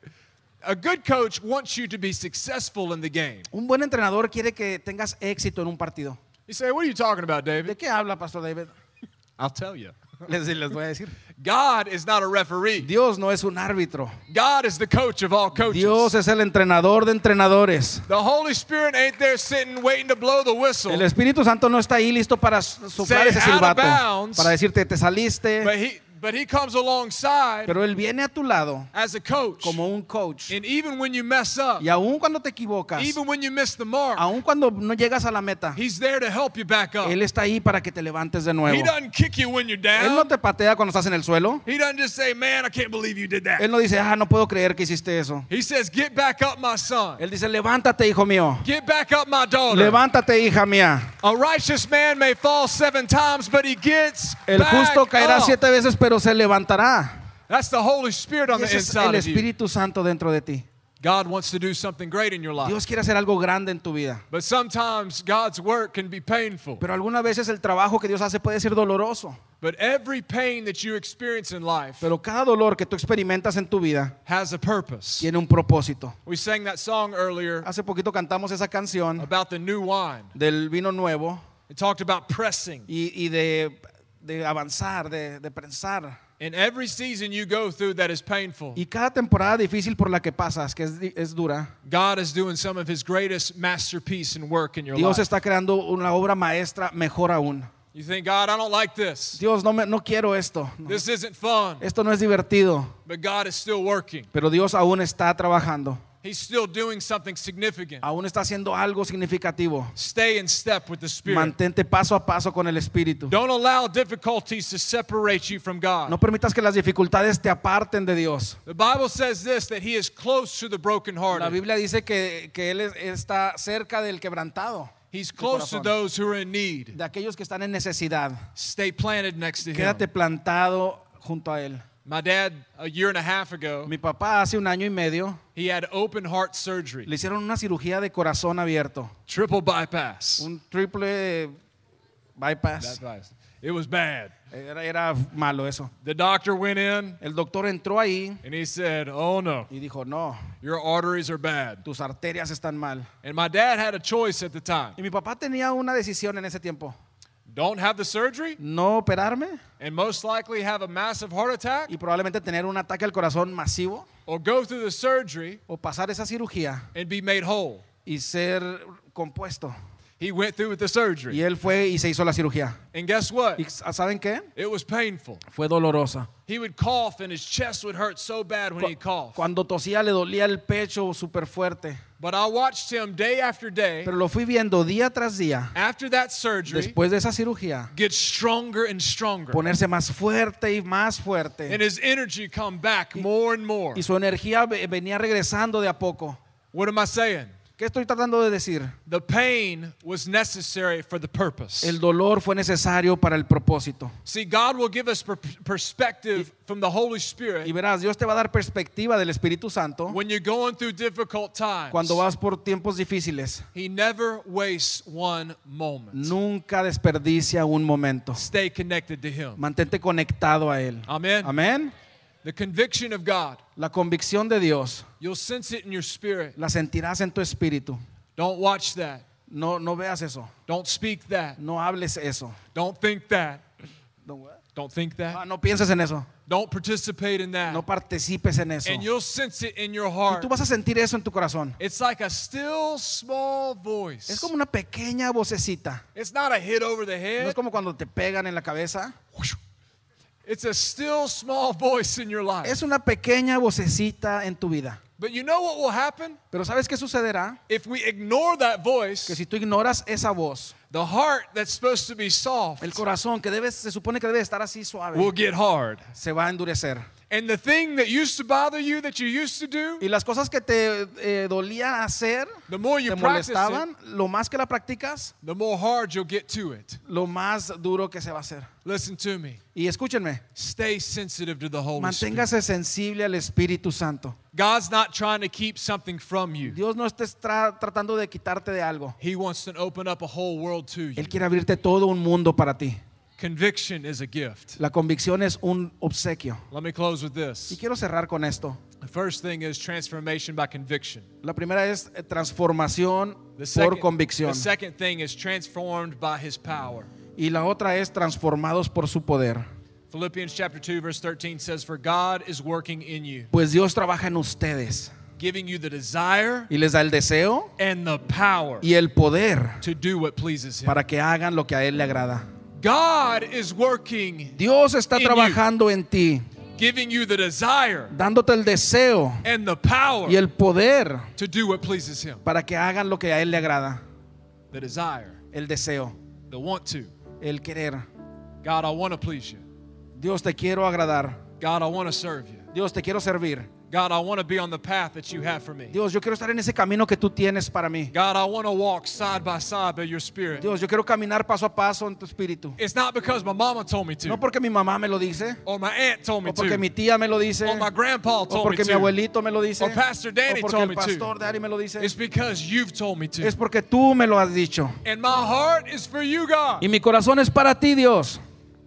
Speaker 2: A good coach wants you to be successful in the game.
Speaker 1: Un buen entrenador quiere que tengas éxito en un partido.
Speaker 2: You say, what are you talking about,
Speaker 1: ¿De
Speaker 2: David?
Speaker 1: qué habla Pastor David?
Speaker 2: I'll tell you.
Speaker 1: Les, les voy a decir.
Speaker 2: God is not a referee.
Speaker 1: Dios no es un árbitro.
Speaker 2: God is the coach of all coaches.
Speaker 1: Dios es el entrenador de entrenadores.
Speaker 2: The Holy Spirit ain't there sitting waiting to blow the whistle.
Speaker 1: El Espíritu Santo no está ahí listo para s- soplar
Speaker 2: Say,
Speaker 1: ese
Speaker 2: "Out of
Speaker 1: silbato,
Speaker 2: bounds".
Speaker 1: para decirte te saliste,
Speaker 2: But he but he comes alongside
Speaker 1: pero él viene a tu lado
Speaker 2: as a coach.
Speaker 1: como un coach.
Speaker 2: And even when you mess up,
Speaker 1: Y aun cuando te equivocas,
Speaker 2: even when you miss the mark,
Speaker 1: aun cuando no llegas a la meta,
Speaker 2: he's there to help you back up.
Speaker 1: él está ahí para que te levantes de nuevo.
Speaker 2: He doesn't kick you when you're
Speaker 1: Él no
Speaker 2: down.
Speaker 1: te patea cuando estás en el suelo.
Speaker 2: He doesn't just say, "Man, I can't believe you did
Speaker 1: Él
Speaker 2: that."
Speaker 1: no dice, ah, no puedo creer que hiciste eso.
Speaker 2: He says, "Get back up, my son.
Speaker 1: Él dice, levántate, hijo mío.
Speaker 2: Get back up, my daughter."
Speaker 1: Levántate, hija mía.
Speaker 2: A righteous man may fall seven times, but he gets
Speaker 1: El
Speaker 2: back
Speaker 1: justo caerá
Speaker 2: up.
Speaker 1: siete veces, pero se levantará.
Speaker 2: That's the Holy Spirit
Speaker 1: Y
Speaker 2: on the
Speaker 1: ese es el
Speaker 2: inside of you.
Speaker 1: Espíritu Santo dentro de ti.
Speaker 2: God wants to do something great in your life.
Speaker 1: Dios quiere hacer algo grande en tu vida.
Speaker 2: But sometimes God's work can be painful.
Speaker 1: Pero algunas veces el trabajo que Dios hace puede ser doloroso.
Speaker 2: But every pain that you experience in life
Speaker 1: Pero cada dolor que tú experimentas en tu vida
Speaker 2: has a purpose.
Speaker 1: tiene un propósito.
Speaker 2: We sang that song earlier
Speaker 1: Hace poquito cantamos esa canción
Speaker 2: about the new wine.
Speaker 1: del vino nuevo.
Speaker 2: It talked about pressing.
Speaker 1: y, y de, de avanzar, de, de pensar.
Speaker 2: And every season you go through that is painful,
Speaker 1: Y cada temporada difícil por la que pasas, que es, di- es dura,
Speaker 2: God is doing some of his greatest masterpiece and work in your
Speaker 1: Dios
Speaker 2: life.
Speaker 1: está creando una obra maestra mejor aún.
Speaker 2: You think, God, I don't like this.
Speaker 1: Dios, no, me- no quiero esto.
Speaker 2: This isn't fun.
Speaker 1: Esto no es divertido.
Speaker 2: But God is still working.
Speaker 1: Pero Dios aún está trabajando.
Speaker 2: He's still doing something significant.
Speaker 1: Aún está haciendo algo significativo.
Speaker 2: Stay in step with the Spirit.
Speaker 1: Mantente paso a paso con el Espíritu.
Speaker 2: Don't allow difficulties to separate you from God.
Speaker 1: No permitas que las dificultades te aparten de Dios.
Speaker 2: The Bible says this that He is close to the
Speaker 1: La
Speaker 2: brokenhearted.
Speaker 1: Biblia dice que, que Él es- está cerca del quebrantado,
Speaker 2: He's close to
Speaker 1: corazón.
Speaker 2: those who are in need.
Speaker 1: de aquellos que están en necesidad.
Speaker 2: Stay planted next to Him.
Speaker 1: Quédate plantado junto a Él.
Speaker 2: My dad, a year and a half ago,
Speaker 1: Mi papá hace un año y medio
Speaker 2: he had open heart surgery,
Speaker 1: le hicieron una cirugía de corazón abierto,
Speaker 2: triple bypass.
Speaker 1: un triple bypass.
Speaker 2: Bypass. It was bad.
Speaker 1: Era, era malo eso.
Speaker 2: The doctor went in
Speaker 1: El doctor entró ahí
Speaker 2: and he said, Oh no,
Speaker 1: y dijo, no,
Speaker 2: your arteries are bad.
Speaker 1: tus arterias están mal.
Speaker 2: And my dad had a choice at the time.
Speaker 1: Y mi papá tenía una decisión en ese tiempo,
Speaker 2: don't have the surgery
Speaker 1: no operarme
Speaker 2: and most likely have a massive heart attack
Speaker 1: y probablemente tener un ataque al corazón masivo
Speaker 2: or go through the surgery
Speaker 1: o pasar esa cirugía
Speaker 2: and be made whole.
Speaker 1: y ser compuesto.
Speaker 2: He went through with the
Speaker 1: Y
Speaker 2: surgery.
Speaker 1: él fue y se hizo la cirugía.
Speaker 2: And guess what?
Speaker 1: ¿Y saben qué?
Speaker 2: It was painful.
Speaker 1: Fue dolorosa.
Speaker 2: He would cough and his chest would hurt so bad when he
Speaker 1: Cu-
Speaker 2: coughed.
Speaker 1: Cuando tosía le dolía el pecho súper fuerte.
Speaker 2: But I watched him day after day
Speaker 1: Pero lo fui viendo día tras día,
Speaker 2: after that surgery
Speaker 1: después de esa cirugía,
Speaker 2: get stronger and stronger.
Speaker 1: ponerse más fuerte y más
Speaker 2: And
Speaker 1: fuerte.
Speaker 2: his energy come back more and more.
Speaker 1: Y su energía ve- venía regresando de a poco.
Speaker 2: What am I saying?
Speaker 1: ¿Qué estoy tratando de decir?
Speaker 2: The pain was necessary for the purpose.
Speaker 1: El dolor fue necesario para el propósito.
Speaker 2: See, God will give us per- perspective from the Holy Spirit
Speaker 1: Y verás, Dios te va a dar perspectiva del Espíritu Santo
Speaker 2: when you're going through difficult times.
Speaker 1: cuando vas por tiempos difíciles.
Speaker 2: He never wastes one moment.
Speaker 1: Nunca desperdicia un momento.
Speaker 2: Stay connected to Him.
Speaker 1: Mantente conectado a Él.
Speaker 2: Amén.
Speaker 1: Amén.
Speaker 2: The conviction of God,
Speaker 1: La convicción de Dios
Speaker 2: you'll sense it in your spirit.
Speaker 1: la sentirás en tu espíritu.
Speaker 2: Don't watch that.
Speaker 1: No, no veas eso.
Speaker 2: Don't speak that.
Speaker 1: No hables eso.
Speaker 2: Don't think that.
Speaker 1: No,
Speaker 2: Don't think
Speaker 1: ah,
Speaker 2: that.
Speaker 1: no pienses en eso.
Speaker 2: Don't participate in that.
Speaker 1: No participes en eso.
Speaker 2: And
Speaker 1: Y
Speaker 2: you'll sense it in your heart.
Speaker 1: tú vas a sentir eso en tu corazón.
Speaker 2: It's like a still small
Speaker 1: Es
Speaker 2: voice.
Speaker 1: como una pequeña vocecita.
Speaker 2: It's not a hit over the
Speaker 1: No es
Speaker 2: head.
Speaker 1: como cuando te pegan en la cabeza.
Speaker 2: It's a still small voice in your life.
Speaker 1: Es una pequeña vocecita en tu vida.
Speaker 2: But you know what will happen?
Speaker 1: Pero ¿sabes qué sucederá?
Speaker 2: If we ignore that
Speaker 1: Que
Speaker 2: voice,
Speaker 1: si tú ignoras esa voz,
Speaker 2: the heart that's supposed to be soft
Speaker 1: el corazón que debe, se supone que debe estar así
Speaker 2: will
Speaker 1: suave,
Speaker 2: get hard.
Speaker 1: se va a endurecer.
Speaker 2: And the thing that used to bother you that you used to do,
Speaker 1: Y las cosas que te eh, dolía hacer,
Speaker 2: the more you
Speaker 1: te
Speaker 2: practice it,
Speaker 1: molestaban, lo más que la practicas,
Speaker 2: the more hard you'll get to it.
Speaker 1: lo más duro que se va a hacer.
Speaker 2: Listen to me.
Speaker 1: Y escúchenme,
Speaker 2: Stay sensitive to the Holy Spirit.
Speaker 1: manténgase sensible al Espíritu Santo.
Speaker 2: God's not trying to keep something from you.
Speaker 1: Dios no esté tra- tratando de quitarte de algo.
Speaker 2: He wants to open up a whole world to you.
Speaker 1: Él quiere abrirte todo un mundo para ti.
Speaker 2: Conviction is a gift.
Speaker 1: La convicción es un obsequio.
Speaker 2: Let me close with
Speaker 1: Y
Speaker 2: this.
Speaker 1: quiero cerrar con esto.
Speaker 2: The first thing is transformation by conviction.
Speaker 1: La primera es eh, transformación
Speaker 2: The
Speaker 1: por
Speaker 2: second-
Speaker 1: convicción.
Speaker 2: the second thing is transformed by his power.
Speaker 1: Y la otra es transformados por su poder.
Speaker 2: Philippians chapter 2 verse 13 says for God is working in you,
Speaker 1: Pues Dios trabaja en ustedes
Speaker 2: giving you the desire
Speaker 1: y les da el deseo
Speaker 2: and the power
Speaker 1: y el poder
Speaker 2: to do what pleases him.
Speaker 1: para que hagan lo que a Él le agrada.
Speaker 2: God is working,
Speaker 1: Dios está
Speaker 2: In you.
Speaker 1: trabajando en ti,
Speaker 2: giving you the desire
Speaker 1: dándote el deseo
Speaker 2: and the power
Speaker 1: y el poder
Speaker 2: to do what pleases him.
Speaker 1: para que hagan lo que a Él le agrada.
Speaker 2: The desire,
Speaker 1: El deseo,
Speaker 2: the want to.
Speaker 1: el querer.
Speaker 2: God, I want to please you.
Speaker 1: Dios te quiero agradar.
Speaker 2: God, I want to serve you.
Speaker 1: Dios te quiero servir.
Speaker 2: God, I want to be on the path that you have for me.
Speaker 1: Dios, yo quiero estar en ese camino que tú tienes para mí.
Speaker 2: God, I want to walk side by side by your spirit.
Speaker 1: Dios, yo quiero caminar paso a paso en tu espíritu.
Speaker 2: It's not because my mama told me to.
Speaker 1: No porque mi mamá me lo dice,
Speaker 2: Or my aunt told me
Speaker 1: o porque
Speaker 2: to.
Speaker 1: mi tía me lo dice,
Speaker 2: or my
Speaker 1: o
Speaker 2: grandpa told me
Speaker 1: porque mi
Speaker 2: to.
Speaker 1: abuelito me lo dice,
Speaker 2: Or Pastor Danny
Speaker 1: o porque
Speaker 2: told
Speaker 1: el
Speaker 2: me to.
Speaker 1: pastor Daddy me lo dice.
Speaker 2: It's because you've told me to.
Speaker 1: Es porque tú me lo has dicho.
Speaker 2: and my heart is for you, God.
Speaker 1: Y mi corazón es para ti, Dios.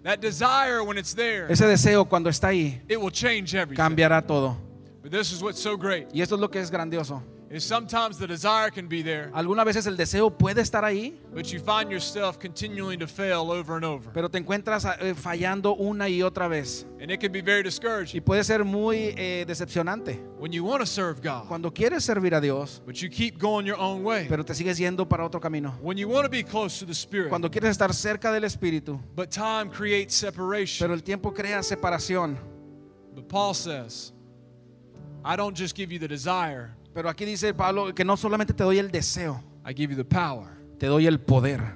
Speaker 2: that desire, when it's there,
Speaker 1: Ese deseo cuando está ahí
Speaker 2: it will change everything.
Speaker 1: cambiará todo.
Speaker 2: But this is what's so great
Speaker 1: Y esto es lo que es grandioso.
Speaker 2: And sometimes the desire can be there,
Speaker 1: Algunas veces el deseo puede estar ahí,
Speaker 2: but you find yourself continuing to fail over and over.
Speaker 1: pero te encuentras eh, fallando una y otra vez.
Speaker 2: And it can be very
Speaker 1: Y
Speaker 2: discouraging
Speaker 1: puede ser muy eh, decepcionante.
Speaker 2: when you want to serve God,
Speaker 1: Cuando quieres servir a Dios,
Speaker 2: but you keep going your own way.
Speaker 1: pero te sigues yendo para otro camino.
Speaker 2: When you want to be close to the Spirit,
Speaker 1: Cuando quieres estar cerca del Espíritu,
Speaker 2: but time creates separation.
Speaker 1: pero el tiempo crea separación.
Speaker 2: But Paul says, I don't just give you the desire,
Speaker 1: Pero aquí dice Pablo que no solamente te doy el deseo,
Speaker 2: I give you the power.
Speaker 1: te doy el poder.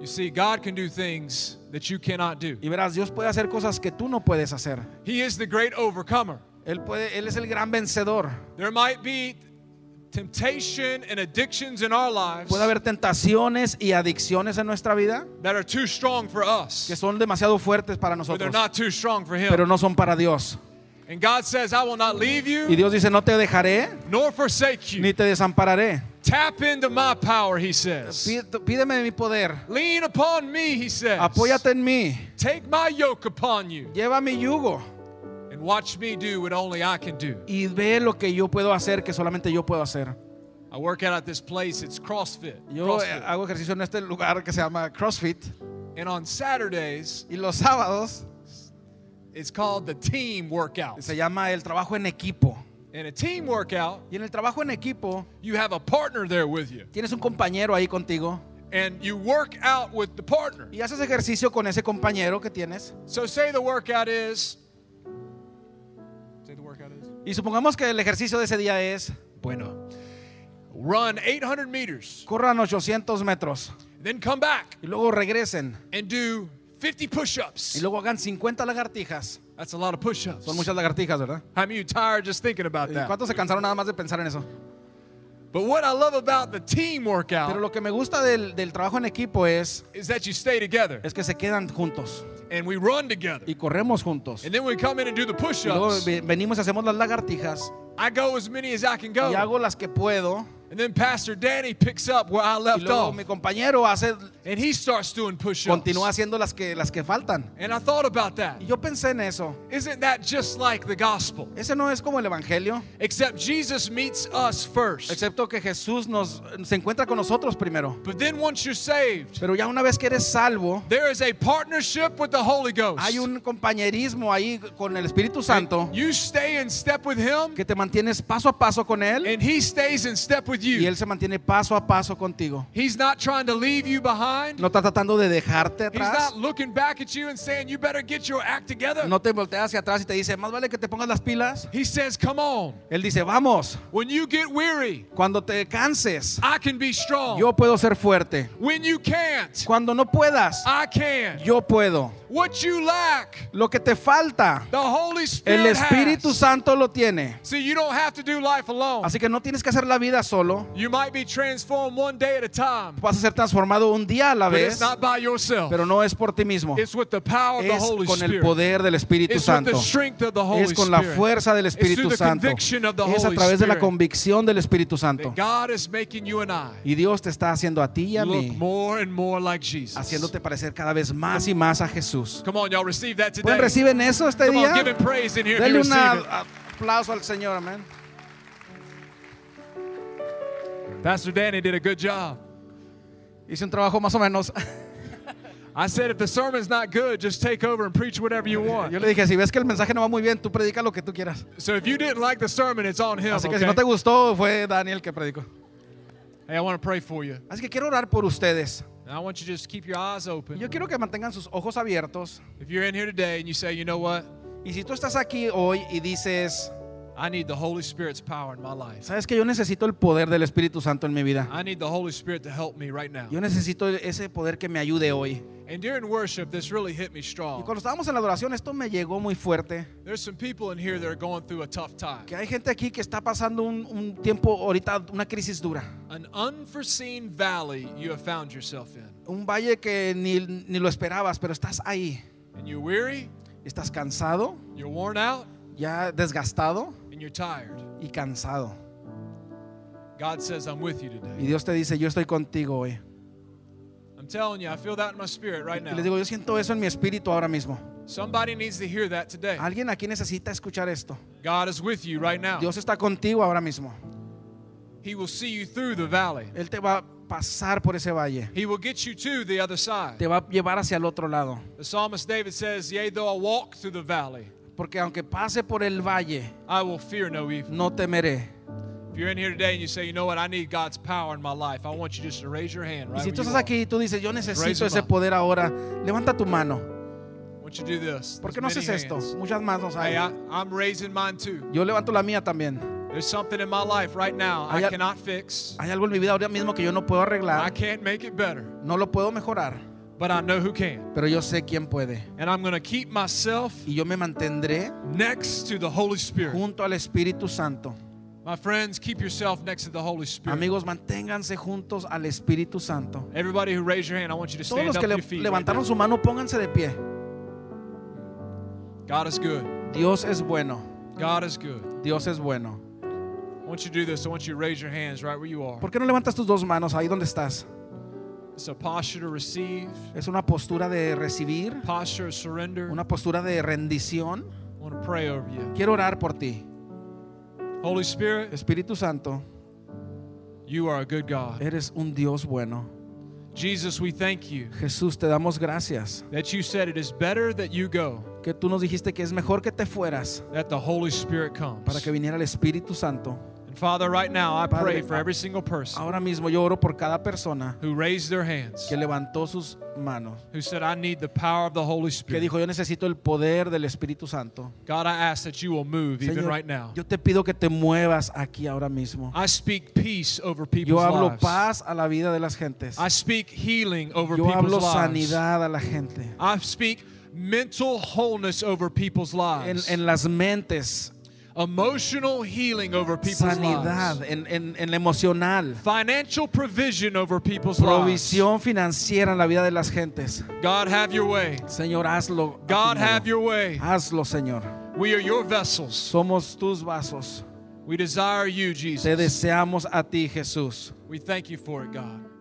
Speaker 2: You see, God can do things that you cannot do.
Speaker 1: Y verás, Dios puede hacer cosas que tú no puedes hacer.
Speaker 2: He is the great overcomer.
Speaker 1: Él, puede, él es el gran vencedor.
Speaker 2: There might be temptation and addictions in our lives
Speaker 1: Puede haber tentaciones y adicciones en nuestra vida
Speaker 2: that are too strong for
Speaker 1: que
Speaker 2: us,
Speaker 1: son demasiado fuertes para
Speaker 2: but they're
Speaker 1: nosotros,
Speaker 2: not too strong for
Speaker 1: pero
Speaker 2: Him.
Speaker 1: no son para Dios.
Speaker 2: And God says, I will not leave
Speaker 1: Y
Speaker 2: you
Speaker 1: Dios dice, no te dejaré
Speaker 2: nor forsake
Speaker 1: ni
Speaker 2: you.
Speaker 1: te desampararé.
Speaker 2: Tap into my power, He says.
Speaker 1: Pí- Pídeme mi poder.
Speaker 2: Lean upon me, He says.
Speaker 1: Apóyate en mí.
Speaker 2: Take my yoke upon you
Speaker 1: Lleva mi yugo
Speaker 2: and watch me do what only I can do.
Speaker 1: y ve lo que yo puedo hacer que solamente yo puedo hacer.
Speaker 2: I work out at this place, it's CrossFit.
Speaker 1: Yo eh,
Speaker 2: CrossFit.
Speaker 1: hago ejercicio en este lugar que se llama CrossFit
Speaker 2: And on Saturdays,
Speaker 1: y los sábados
Speaker 2: it's called the team workout.
Speaker 1: se llama el trabajo en equipo.
Speaker 2: And a team workout,
Speaker 1: Y en el trabajo en equipo
Speaker 2: you have a partner there with you.
Speaker 1: tienes un compañero ahí contigo
Speaker 2: And you work out with the partner.
Speaker 1: y haces ejercicio con ese compañero que tienes.
Speaker 2: So say the workout is. Say the workout is.
Speaker 1: Y supongamos que el ejercicio de ese día es, bueno,
Speaker 2: Run 800 meters,
Speaker 1: corran 800 metros
Speaker 2: then come back
Speaker 1: y luego regresen
Speaker 2: and do 50 push
Speaker 1: y
Speaker 2: ups.
Speaker 1: luego hagan 50 lagartijas.
Speaker 2: That's a lot of push ups.
Speaker 1: Son muchas Eh, lagartijas, ¿verdad?
Speaker 2: I mean, you tired just thinking about
Speaker 1: ¿Y
Speaker 2: that.
Speaker 1: ¿Cuántos se cansaron nada más de pensar en eso?
Speaker 2: But what I love about the team
Speaker 1: Pero
Speaker 2: workout
Speaker 1: lo que me gusta del, del trabajo en equipo es,
Speaker 2: is that you stay together
Speaker 1: es que se quedan juntos
Speaker 2: and we run together.
Speaker 1: y corremos juntos.
Speaker 2: And then we come in and do the push
Speaker 1: Y luego
Speaker 2: ups.
Speaker 1: ve- venimos y hacemos las lagartijas
Speaker 2: I go as many as I can
Speaker 1: y
Speaker 2: go.
Speaker 1: hago las que puedo.
Speaker 2: And then Pastor Danny picks up where I
Speaker 1: Y
Speaker 2: left
Speaker 1: luego
Speaker 2: off
Speaker 1: mi compañero hace,
Speaker 2: and he starts doing push
Speaker 1: continúa
Speaker 2: ups.
Speaker 1: haciendo las que, las que faltan.
Speaker 2: And I thought about that.
Speaker 1: Y yo pensé en eso.
Speaker 2: Isn't that just like the gospel?
Speaker 1: Ese no es como el Evangelio,
Speaker 2: Except Jesus meets us first.
Speaker 1: excepto que Jesús nos, se encuentra con nosotros primero.
Speaker 2: But then once you're saved,
Speaker 1: Pero ya una vez que eres salvo,
Speaker 2: there is a partnership with the Holy Ghost.
Speaker 1: hay un compañerismo ahí con el Espíritu Santo
Speaker 2: You stay in step with him
Speaker 1: que te mantienes paso a paso con Él
Speaker 2: and he stays in step with
Speaker 1: y
Speaker 2: you.
Speaker 1: Él se mantiene paso a paso contigo.
Speaker 2: He's not trying to leave you behind.
Speaker 1: No está tratando de dejarte
Speaker 2: He's
Speaker 1: atrás.
Speaker 2: not looking back at you and saying, You better get your act together.
Speaker 1: No te volteas hacia atrás y te dice, más vale que te pongas las pilas.
Speaker 2: He says, Come on.
Speaker 1: Él dice, vamos,
Speaker 2: When you get weary,
Speaker 1: cuando te canses,
Speaker 2: I can be strong.
Speaker 1: yo puedo ser fuerte.
Speaker 2: when you can't,
Speaker 1: Cuando no puedas,
Speaker 2: I can.
Speaker 1: yo puedo.
Speaker 2: What you lack,
Speaker 1: Lo que te falta,
Speaker 2: the Holy
Speaker 1: el
Speaker 2: Spirit
Speaker 1: Espíritu
Speaker 2: has.
Speaker 1: Santo lo tiene.
Speaker 2: So you don't have to do life alone.
Speaker 1: Así que no tienes que hacer la vida solo.
Speaker 2: You might be transformed one day at a time,
Speaker 1: Vas a ser transformado un día a la
Speaker 2: but it's
Speaker 1: vez,
Speaker 2: not by yourself.
Speaker 1: pero no es por ti mismo. Es
Speaker 2: it's with the power of the Holy
Speaker 1: con el
Speaker 2: Spirit.
Speaker 1: poder del Espíritu
Speaker 2: it's with
Speaker 1: Santo.
Speaker 2: the strength of the Holy
Speaker 1: Es con la
Speaker 2: Spirit.
Speaker 1: fuerza del
Speaker 2: It's through
Speaker 1: Espíritu
Speaker 2: the
Speaker 1: Santo.
Speaker 2: conviction of the
Speaker 1: Es a
Speaker 2: Holy
Speaker 1: través de la
Speaker 2: Spirit
Speaker 1: convicción del Espíritu Santo.
Speaker 2: that God is making you and I
Speaker 1: Y Dios te está haciendo a ti y a
Speaker 2: look
Speaker 1: mí,
Speaker 2: more and more like Jesus.
Speaker 1: haciéndote parecer cada vez más y más a Jesús.
Speaker 2: Come on, y'all receive that today.
Speaker 1: ¿Pueden reciben eso este
Speaker 2: Come on,
Speaker 1: día?
Speaker 2: give him praise in here if you
Speaker 1: Denle un
Speaker 2: receive it.
Speaker 1: aplauso al Señor, amén.
Speaker 2: Pastor Danny did a good job.
Speaker 1: Hice un trabajo más o menos.
Speaker 2: I said, if the sermon's not good, just take over and preach whatever you want.
Speaker 1: Yo le dije, si ves que el mensaje no va muy bien, tú predica lo que tú quieras.
Speaker 2: So if you didn't like the sermon, it's on him.
Speaker 1: Así que
Speaker 2: okay?
Speaker 1: si no te gustó, fue Daniel que predicó.
Speaker 2: Hey, I want to pray for you.
Speaker 1: Así que quiero orar por ustedes.
Speaker 2: And I want you to just keep your eyes open.
Speaker 1: Yo quiero que mantengan sus ojos abiertos.
Speaker 2: If you're in here today and you say, you know what?
Speaker 1: Y si tú estás aquí hoy y dices,
Speaker 2: I need the Holy Spirit's power in my life.
Speaker 1: sabes que yo necesito el poder del Espíritu Santo en mi vida.
Speaker 2: I need the Holy Spirit to help me right now.
Speaker 1: Yo necesito ese poder que me ayude hoy.
Speaker 2: And during worship, this really hit me
Speaker 1: Y
Speaker 2: strong.
Speaker 1: cuando estábamos en la adoración, esto me llegó muy fuerte.
Speaker 2: There's some people in here that are going through a tough time,
Speaker 1: Que hay gente aquí que está pasando un, un tiempo ahorita, una crisis dura.
Speaker 2: an unforeseen valley you have found yourself in.
Speaker 1: Un valle que ni, ni lo esperabas, pero estás ahí.
Speaker 2: And you're weary,
Speaker 1: Estás cansado,
Speaker 2: you're worn out,
Speaker 1: ya desgastado
Speaker 2: and you're tired.
Speaker 1: y cansado.
Speaker 2: God says, I'm with you today.
Speaker 1: Y Dios te dice, yo estoy contigo hoy.
Speaker 2: I'm telling you, I feel that in my spirit right
Speaker 1: Y les
Speaker 2: now.
Speaker 1: digo, yo siento eso en mi espíritu ahora mismo.
Speaker 2: Somebody needs to hear that today.
Speaker 1: Alguien aquí necesita escuchar esto.
Speaker 2: God is with you right now.
Speaker 1: Dios está contigo ahora mismo.
Speaker 2: He will see you through the valley.
Speaker 1: Él te va a pasar por ese valle.
Speaker 2: He will get you to the other side.
Speaker 1: Te va a llevar hacia el otro lado.
Speaker 2: The psalmist David says, Yea, though I walk through the valley,
Speaker 1: Porque aunque pase por el valle,
Speaker 2: I will fear no evil.
Speaker 1: no temeré.
Speaker 2: If you're in here today and you say, You know what, I need God's power in my life, I want you just to raise your hand
Speaker 1: Y
Speaker 2: right
Speaker 1: si tú
Speaker 2: where you
Speaker 1: estás
Speaker 2: are.
Speaker 1: aquí y tú dices, yo
Speaker 2: Raise
Speaker 1: necesito
Speaker 2: 'em
Speaker 1: ese
Speaker 2: up.
Speaker 1: poder ahora, levanta tu mano.
Speaker 2: I want you to do this.
Speaker 1: ¿Por qué no
Speaker 2: There's
Speaker 1: haces
Speaker 2: many
Speaker 1: esto?
Speaker 2: hands.
Speaker 1: Muchas manos hay.
Speaker 2: Hey, I, I'm raising mine too.
Speaker 1: Yo levanto la mía también.
Speaker 2: There's something in my life right now
Speaker 1: Hay
Speaker 2: I
Speaker 1: al-
Speaker 2: cannot fix.
Speaker 1: Hay algo en mi vida ahora mismo que yo no puedo
Speaker 2: I
Speaker 1: arreglar,
Speaker 2: can't make it better,
Speaker 1: no lo puedo mejorar,
Speaker 2: but I know who can.
Speaker 1: pero yo sé quién puede.
Speaker 2: And I'm going to keep myself
Speaker 1: Y yo me mantendré
Speaker 2: next to the Holy Spirit.
Speaker 1: junto al Espíritu Santo.
Speaker 2: My friends, keep yourself next to the Holy Spirit.
Speaker 1: Amigos, manténganse juntos al Espíritu Santo.
Speaker 2: Everybody who raised your hand, I want you to
Speaker 1: Todos
Speaker 2: stand
Speaker 1: los
Speaker 2: up
Speaker 1: que
Speaker 2: to
Speaker 1: le-
Speaker 2: your feet. right
Speaker 1: levantaron su mano, pónganse de pie.
Speaker 2: now. God is good.
Speaker 1: Dios es bueno.
Speaker 2: God is good.
Speaker 1: Dios es bueno.
Speaker 2: I want you to do this. I want you to raise your hands right where you are.
Speaker 1: ¿Por qué no levantas tus dos manos ahí donde estás?
Speaker 2: It's a posture to receive,
Speaker 1: Es una postura de recibir,
Speaker 2: posture of surrender.
Speaker 1: una postura de rendición.
Speaker 2: I want to pray over you.
Speaker 1: Quiero orar por ti.
Speaker 2: Holy Spirit,
Speaker 1: Espíritu Santo,
Speaker 2: you are a good God.
Speaker 1: eres un Dios bueno.
Speaker 2: Jesus, we thank you
Speaker 1: Jesús, te damos gracias.
Speaker 2: that you said it is better that you go,
Speaker 1: Que tú nos dijiste que es mejor que te fueras
Speaker 2: that the Holy Spirit comes.
Speaker 1: para que viniera el Espíritu Santo.
Speaker 2: And Father, right now I
Speaker 1: Padre, ah,
Speaker 2: pray for
Speaker 1: a-
Speaker 2: every single person
Speaker 1: Ahora mismo yo oro por cada persona
Speaker 2: who raised their hands,
Speaker 1: que levantó sus manos,
Speaker 2: who said, I need the power of the Holy
Speaker 1: que
Speaker 2: Spirit.
Speaker 1: dijo, yo necesito el poder del Espíritu Santo.
Speaker 2: God, I ask that you will move even
Speaker 1: Señor,
Speaker 2: right now.
Speaker 1: yo te pido que te muevas aquí ahora mismo.
Speaker 2: I speak peace over people's
Speaker 1: Yo hablo
Speaker 2: lives.
Speaker 1: paz a la vida de las gentes.
Speaker 2: I speak healing over
Speaker 1: Yo hablo
Speaker 2: people's lives.
Speaker 1: sanidad a la gente.
Speaker 2: I speak mental wholeness over people's
Speaker 1: En,
Speaker 2: lives.
Speaker 1: en las mentes,
Speaker 2: Emotional healing over people's
Speaker 1: sanidad,
Speaker 2: lives.
Speaker 1: en, en, en la emocional,
Speaker 2: Financial provision over people's
Speaker 1: provisión financiera en la vida de las gentes.
Speaker 2: lives. God have your way.
Speaker 1: Señor, hazlo. a tu
Speaker 2: God
Speaker 1: modo.
Speaker 2: have your way.
Speaker 1: Hazlo, Señor.
Speaker 2: We are your vessels.
Speaker 1: Somos tus vasos.
Speaker 2: We desire you,
Speaker 1: Te
Speaker 2: Jesus.
Speaker 1: deseamos a ti, Jesús.
Speaker 2: We thank you for it, God.